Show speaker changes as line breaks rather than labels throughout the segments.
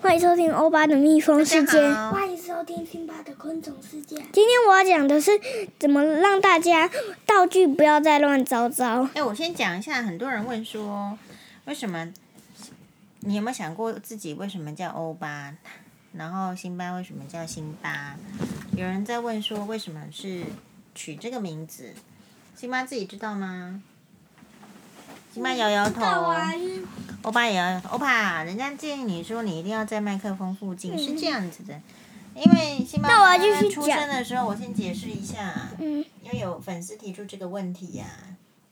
欢迎收听欧巴的蜜蜂世界。
欢迎收听辛巴的昆虫世界。
今天我要讲的是怎么让大家道具不要再乱糟糟。
哎，我先讲一下，很多人问说，为什么你有没有想过自己为什么叫欧巴？然后辛巴为什么叫辛巴？有人在问说，为什么是取这个名字？辛巴自己知道吗？辛巴摇摇头。欧巴也要，欧巴，人家建议你说你一定要在麦克风附近，是这样子的，因为辛巴
嗯那我要继续
出
讲
生的时候，我先解释一下，
嗯，
因为有粉丝提出这个问题呀、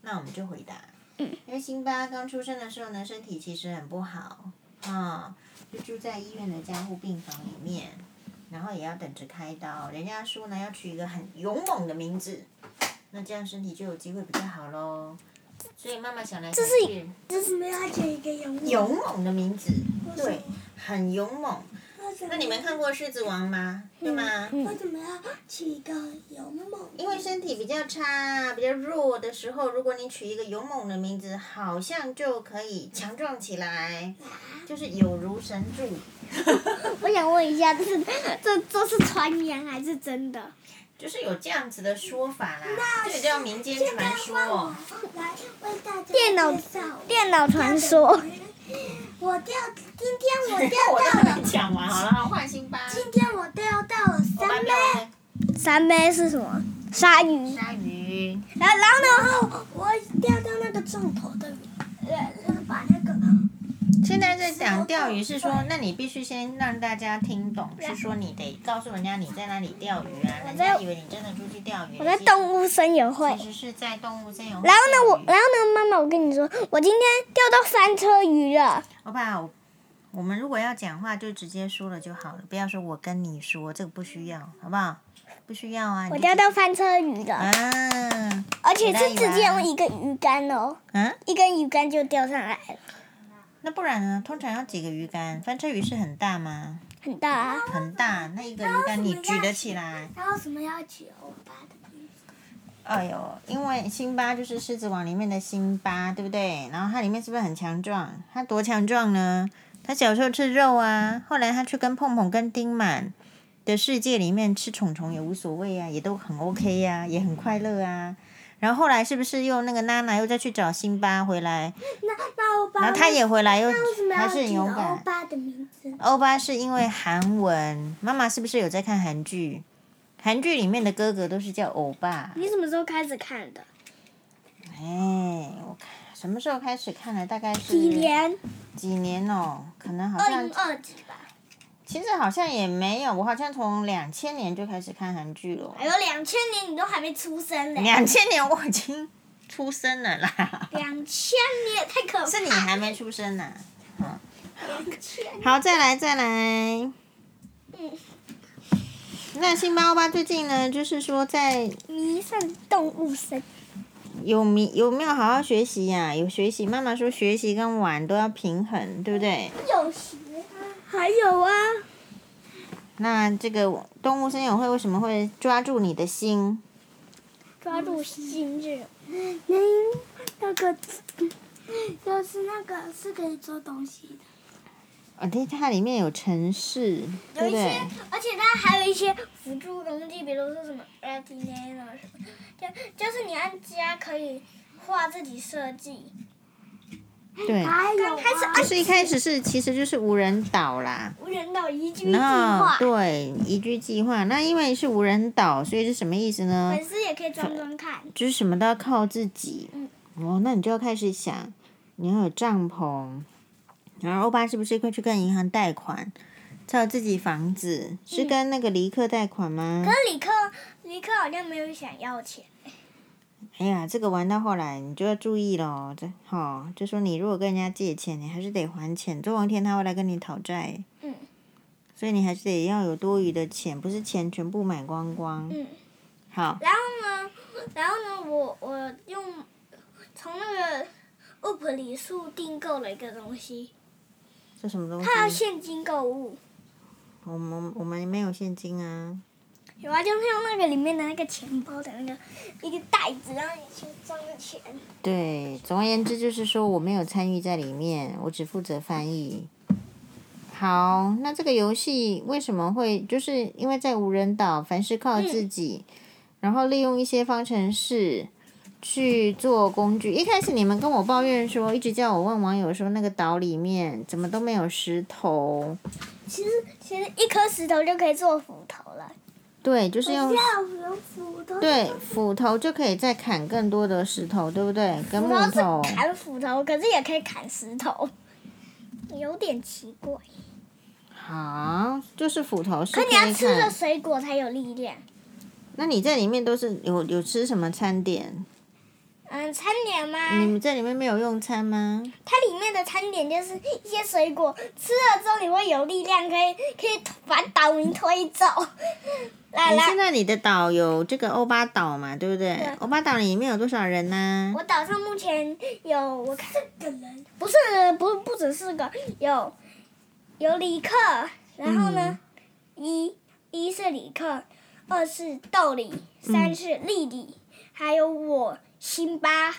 那我们就回答，
嗯，
因为辛巴刚出生的时候呢，身体其实很不好，啊、就住在医院的加护病房里面，然后也要等着开刀，人家说呢要取一个很勇猛的名字，那这样身体就有机会比较好喽，所以妈妈想来
这
想
是
去。
这是没有选一个人物。
勇猛的名字，
什么
对，很勇猛。
为什么
那你们看过《狮子王》吗？对吗？
为什么要取一个勇猛？
因为身体比较差、比较弱的时候，如果你取一个勇猛的名字，好像就可以强壮起来，就是有如神助。
我想问一下，这是这这是传言还是真的？
就是有这样子的说法啦，这个叫民间传说
换我
哦。
来为大家
电脑
介绍
电脑传说。
我钓，今天我钓
我都
到
还没
了，
讲完，好了，换辛巴。
今天我钓到了
我
三
们
妹。
要
三杯是什么？鲨鱼。
鲨鱼，
然后然后呢？
然后我钓到那个重头的，呃，把那个
现在在讲钓鱼是说，那你必须先让大大家听懂，是说你得告诉人家你在哪里钓鱼啊，人家以为你真的出去钓鱼。
我在动
物，
物森友会。
其实是在动物森友会。
然后呢，我然后呢，妈妈，我跟你说，我今天钓到三车鱼了。
我，欧巴，我我们如果要讲话，就直接说了就好了，不要说我跟你说，这个不需要，好不好？不需要啊。
我
你
钓
就
到翻车鱼了，
啊，
而且是直接用一个鱼竿哦，
嗯，
一根鱼竿就钓上来了，
那不然呢？通常要几个鱼竿？翻车鱼是很大吗？
很大、啊。
很大，那一个鱼竿你举得起来。
然后什么要取欧巴的名字？
哎呦，辛巴辛巴就是《狮子王》里面的辛巴，对不对？然后它里面是不是很强壮？它多强壮呢？它小时候吃肉啊，后来它去跟碰碰跟丁满的世界里面吃虫虫也无所谓啊，也都很 OK 呀、也很快乐啊。然后后来是不是又那个娜娜又再去找辛巴回来，
那那欧巴，
然后他也回来又
那为什么
还
要
是很
取
勇
欧
敢。
巴的名字？
欧巴是因为韩文，妈妈是不是有在看韩剧？韩剧里面的哥哥都是叫欧巴。
你什么时候开始看的？
哎，我看什么时候开始看的？大概是
几年？
几年哦？可能好
二
像
零，二几吧，
其实好像也没有，我好像从两千年就开始看韩剧了。
还有两千年你都还没出生嘞，
两千年我已经出生了 啦，
两千年太可怕了。
是你还没出生呢、嗯，
两千
好，再来，再来。
嗯
那辛巴欧巴最近呢，就是说在
迷上动物森。
有没有没有好好学习呀、有学习，妈妈说学习跟玩都要平衡，对不对？
有学啊，
还有啊，
那这个动物森友会为什么会抓住你的心？
抓住心智。
嗯，那个就是那个是可以做东西的，
哦，对，它里面有城市，
有
对不
一
对
些？，而且它还有一些辅助工具，比如说什么呃 RTA 呢，就就是你按加可以画自己设计。
对，
还有
刚
啊
开始
就是一开始是其实就是无人岛啦，
无人岛宜居计
然后
划，
对宜居计划，那因为是无人岛，所以是什么意思呢
粉？丝也可以装装看。
就是什么都要靠自己。
嗯
哦，那你就要开始想，你要有帐篷，然后欧巴是不是会去跟银行贷款，才有自己房子？
嗯
是跟那个尼克贷款吗？
可是李克，李克好像没有想要钱。
哎呀，这个玩到后来你就要注意咯，这哈、哦，就说你如果跟人家借钱，你还是得还钱，总有一天他会来跟你讨债，
嗯
所以你还是得要有多余的钱，不是钱全部买光光。
嗯。
好，
然后呢，然后呢，我我用从那个 UP 里数订购了一个东西，
这什么东
它要
西？
现金购物，
我们我们没有现金啊，
有啊，就是用那个里面的那个钱包的那个一个袋子，然后你去装钱。
对，总而言之就是说我没有参与在里面，我只负责翻译。好，那这个游戏为什么会就是因为在无人岛，凡事靠
嗯
自己，然后利用一些方程式去做工具。一开始你们跟我抱怨说，一直叫我问网友说那个岛里面怎么都没有石头，
其实其实一颗石头就可以做斧头了。
对，就是用
要有斧头。
对斧头就可以再砍更多的石头，对不对？跟
斧
木头
头是砍斧头，可是也可以砍石头，有点奇怪。
好，就是斧头是
可你要
以
吃的
砍。
水果才有力量。
那你在里面都是有有吃什么餐点？
嗯，餐点吗？
你们在里面没有用餐吗？
它里面的餐点就是一些水果，吃了之后你会有力量，可以可以把岛民推走。来
你
来
现，在你的岛有这个欧巴岛嘛，对不对？
对
欧巴岛里面有多少人呢、
我岛上目前有我看
个人
不是不不止四个，有有李克，然后呢，
嗯
一一是李克，二是豆李，三是丽丽，还有我辛巴，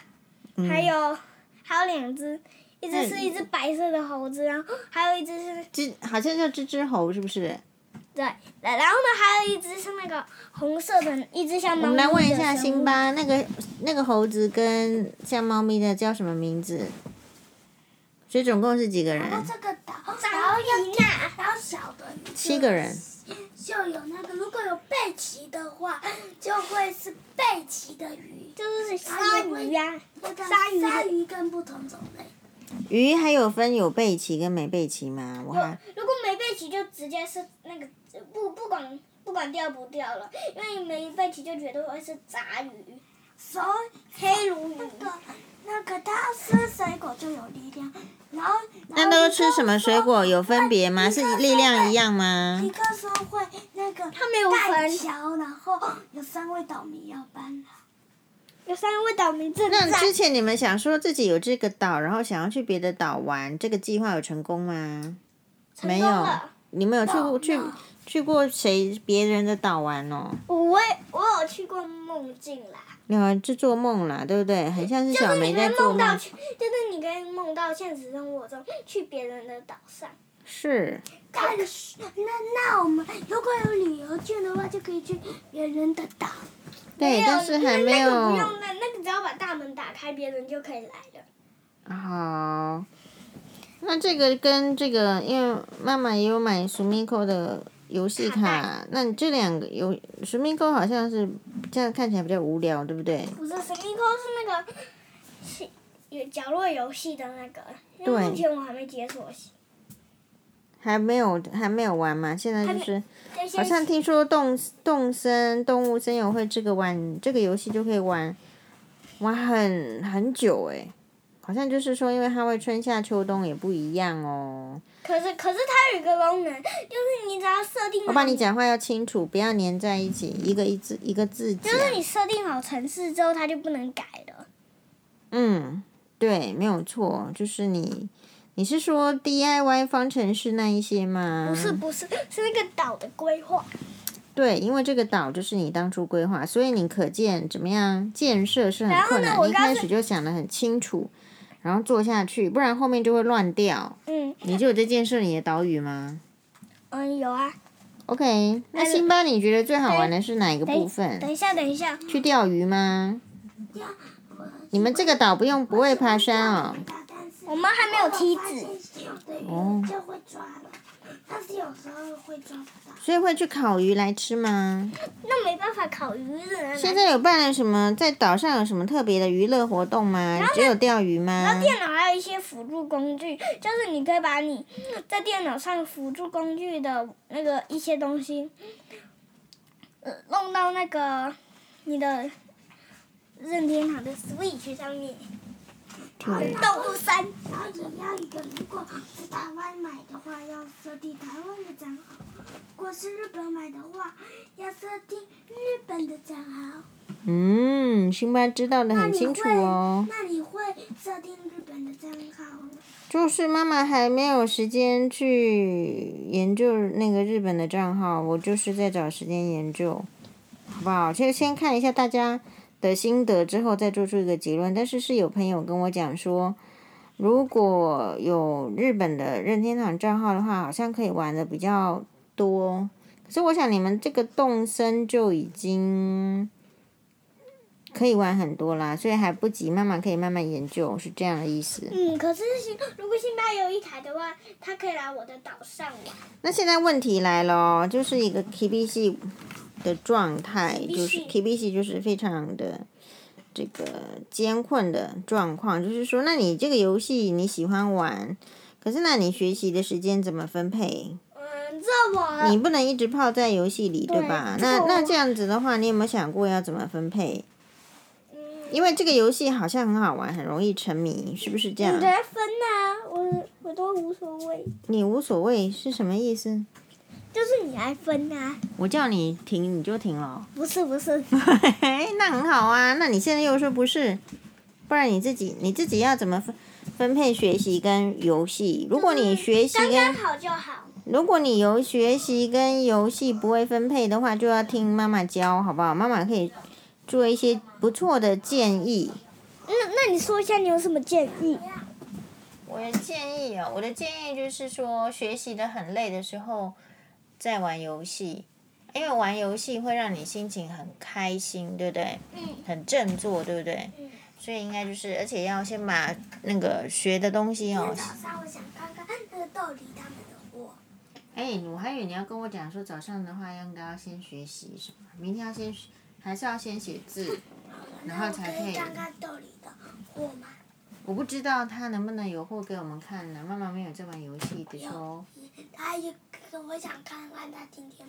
嗯
还有还有两只，一只是
嗯
一只白色的猴子，然后还有一只是
这好像叫吱吱猴，是不是？
对，然然后呢还有一只是那个红色的，一只像
我
猫
们
咪的生物。
来问一下辛巴，那个那个猴子跟像猫咪的叫什么名字？所以总共是几个人？
然后这个岛，然
张
后要
一娜。
然后小的
七个人。
就有那个，如果有背鳍的话，就会是背鳍的鱼。
就是
啊
鲨鱼呀、鲨鱼
鲨鱼跟不同种类。
鱼还有分有背鳍跟没背鳍吗？我还
如果没背齐，就直接是那个不不管不管掉不掉了，因为没背齐就绝对会是杂鱼、
所以
黑鲈鱼
那。个那个它吃水果就有力量，然后
那都吃什么水果？有分别吗？是力量一。样吗
一？个说会那个
它没有
盖
分
桥，然后有三位岛民要搬来。
有三位岛民正
那之前你们想说自己有这个岛，然后想要去别的岛玩，这个计划有成功吗？没有，你们有去过去
没有
哦
去过谁别人的岛玩哦？
我也我有去过梦境啦，
你们是做梦啦，对不对？很像是
就
小
是你
梅
可以
在做
梦到
梦。
去，就是你可以梦到现实生活中去别人的岛上。
是，
但是那那我们如果有旅游券的话，就可以去别人的岛。
对，
没有
但是还没
那个不
有
用，那那个只要把大门打开，别人就可以来了。
好。那这个跟这个，因为妈妈也有买 Sumiko 的游戏卡，那你这两个游 Sumiko 好像是这样看起来比较无聊，对不对？
不是神秘扣是那个是有角落游戏的那个，因为
对
目前我还没解锁。
还没有还没有玩嘛，现在
还
就
没
是
这些
好像听说动动森动物森友会这个玩这个游戏就可以玩玩很很久诶，好像就是说，因为它会春夏秋冬也不一样哦。
可是可是它有一个功能，就是你只要设定好，
我帮你讲话要清楚，不要粘在一起，一个一字一个字讲
就。是你设定好城市之后，它就不能改了。
嗯，对，没有错，就是你你是说 DIY 方程式那一些吗？
不是不是，是那个岛的规划。
对，因为这个岛就是你当初规划，所以你可见怎么样建设是很
然后
困
呢
难。
我
你一
告诉
开始就想的很清楚，然后做下去，不然后面就会乱掉。
嗯
你就有在建设你的岛屿吗
嗯，有啊。
？OK，那
但是
辛巴你觉得最好玩的是哪一个
等
部
一
分
等？一下等一下，
去钓鱼吗？
呀，我
你们这个岛不用不会爬山哦。
但是
我们还没有梯子，
子，有的鱼就会抓了，但是有时候会抓不到。
所以会去烤鱼来吃吗？
那没办法烤鱼只能
现
拿。
在有办了什么？在岛上有什么特别的娱乐活动吗？只有钓鱼
然
吗
后？电脑还有一些辅助工具，就是你可以把你在电脑上辅助工具的那个一些东西，呃，弄到那个你的任天堂的 Switch 上面。
对
动物山，
然后也要一个，如果是台湾买的话，要设定台湾的账号；如果是日本买的话，要设定日本的账号。
嗯，辛巴知道的
那
很
你
清楚
会
哦。
那你会设定日本的账号吗？
就是妈妈还没有时间去研究那个日本的账号，我就是在找时间研究，好不好？就先看一下大家的心得，之后再做出一个结论。但是是有朋友跟我讲说，如果有日本的任天堂账号的话，好像可以玩的比较多。可是我想你们这个动森就已经可以玩很多啦，所以还不急，慢慢可以慢慢研究，是这样的意思。
嗯，可是星如果辛巴有一台的话，他可以来我的岛上玩。
那现在问题来了哦，就是一个 K B C 的状态，就是 K B C 就是非常的这个艰困的状况，就是说，那你这个游戏你喜欢玩，可是那你学习的时间怎么分配？
嗯，这我
你不能一直泡在游戏里，对吧？
对这
那
个我
那这样子的话，你有没有想过要怎么分配？
嗯，
因为这个游戏好像很好玩，很容易沉迷，是不是这样
你？得分呐、
啊
我我都无所谓，
你无所谓是什么意思？
就是你来分
啊
呐、
我叫你停，你就停了哦。
不是不是，
嘿，那很好啊。那你现在又说不是，不然你自己你自己要怎么分分配学习跟游戏？如果你学习
刚刚
跟
好就好。
如果你游学习跟游戏不会分配的话，就要听妈妈教，好不好？妈妈可以做一些不错的建议。
那那你说一下你有什么建议？
我的建议哦，我的建议就是说，学习的很累的时候再玩游戏，因为玩游戏会让你心情很开心，对不对？
嗯，
很振作，对不对？
嗯
所以应该就是，而且要先把那个学的东西
今
哦
天。早上我想看看那个豆梨他们的货。
哎，我还以为你要跟我讲说早上的话应该要先学习什么，明天要先学还是要先写字。然后
那我
才
可
可以
以看看豆梨的货吗？
我不知道他能不能有货给我们看呢？妈妈没有在玩游戏的时哦候，
他一个，嗯我想看看他今天，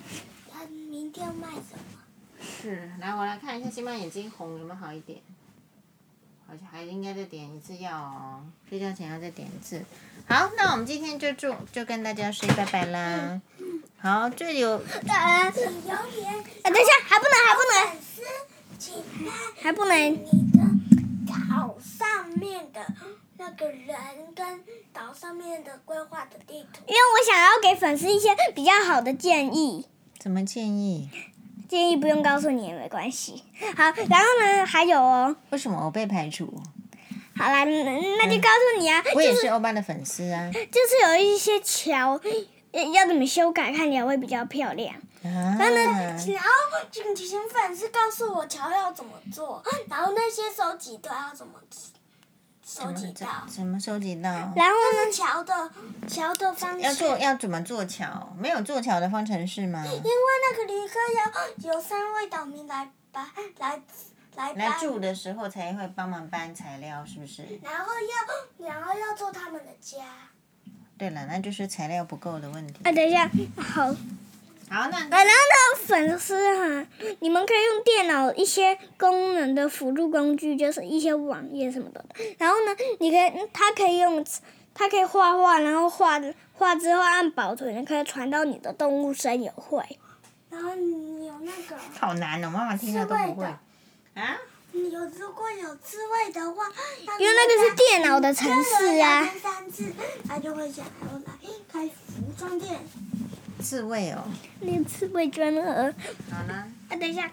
他明天卖什么？
是。来，我来看一下新妈眼睛红有没有好一点。好像还应该再点一次药哦，睡觉前要再点一次。好，那我们今天就祝就跟大家说拜拜啦。好，这有
呃，
请留言，
等一下，还不能，还不能，
粉丝，请看
还不能。
你的岛上面的那个人跟岛上面的规划的地图。
因为我想要给粉丝一些比较好的建议，
什么建议？
建议不用告诉你也没关系。好，然后呢，还有哦，
为什么我被排除？
好啦，那那就告诉你啊，
哎
就
我也
是
是欧巴的粉丝啊！
就是有一些桥呃要怎么修改，看起来会比较漂亮。
啊，
然后请请粉丝告诉我桥要怎么做，然后那些收集的要怎么
怎
收
么
集
怎
到，
怎么收集到？
然后
那
呢，
桥的桥的方
要
式
做。要怎么做桥？没有做桥的方程式吗？
因为那个李克要有三位岛民来搬来来搬，
来住的时候才会帮忙搬材料，是不是？
然后要然后要做他们的家。
对了，那就是材料不够的问题。
啊，等一下，好，
好，那
啊，然后呢，粉丝哈、你们可以用电脑一些功能的辅助工具，就是一些网页什么的。然后呢，你可以，它可以用，它可以画画，然后画画之后按保存，可以传到你的动物声友会。
然后你有那个，
好难哦，妈妈听到都不会。啊？
你有如果有刺猬的话，
因为那个是电脑的城市啊，
三次，他就会想要来开服装店。
刺猬哦。
那个刺猬专鹅。
好啦，
啊，等一下，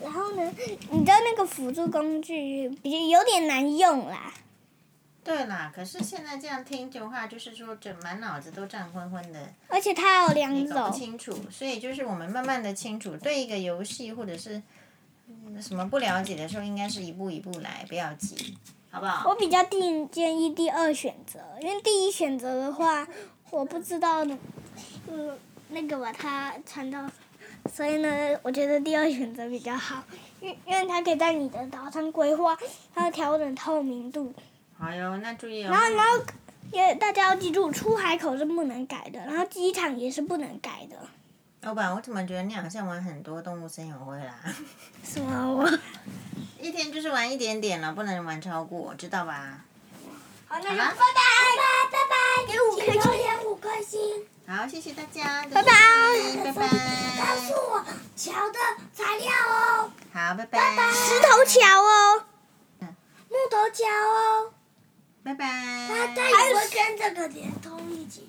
然后呢，你知道那个辅助工具比较有点难用啦。
对啦，可是现在这样听的话，就是说整满脑子都胀昏昏的。
而且它有两
你搞不
种，
清楚，所以就是我们慢慢的清楚，对一个游戏或者是嗯什么不了解的时候，应该是一步一步来，不要急，好不好？
我比较定建议第二选择，因为第一选择的话，我不知道，嗯，那个把它传到，所以呢，我觉得第二选择比较好，因因为它可以在你的岛上规划，还有调整透明度，
好哟，那注意哦
然。后然后也大家要记住，出海口是不能改的，然后机场也是不能改的。
老板，我怎么觉得你好像玩很多动物森友会啦？
什么？我
一天就是玩一点点了，不能玩超过，知道吧？
好，那
好
就
啦
拜拜拜拜拜拜，
给我
请留言五颗星，
好，谢谢大家，
拜拜
拜拜，
告诉我桥的材料哦，
好，拜拜，
石头桥哦，
木头桥哦。
拜拜，
他带我跟这个连通一起。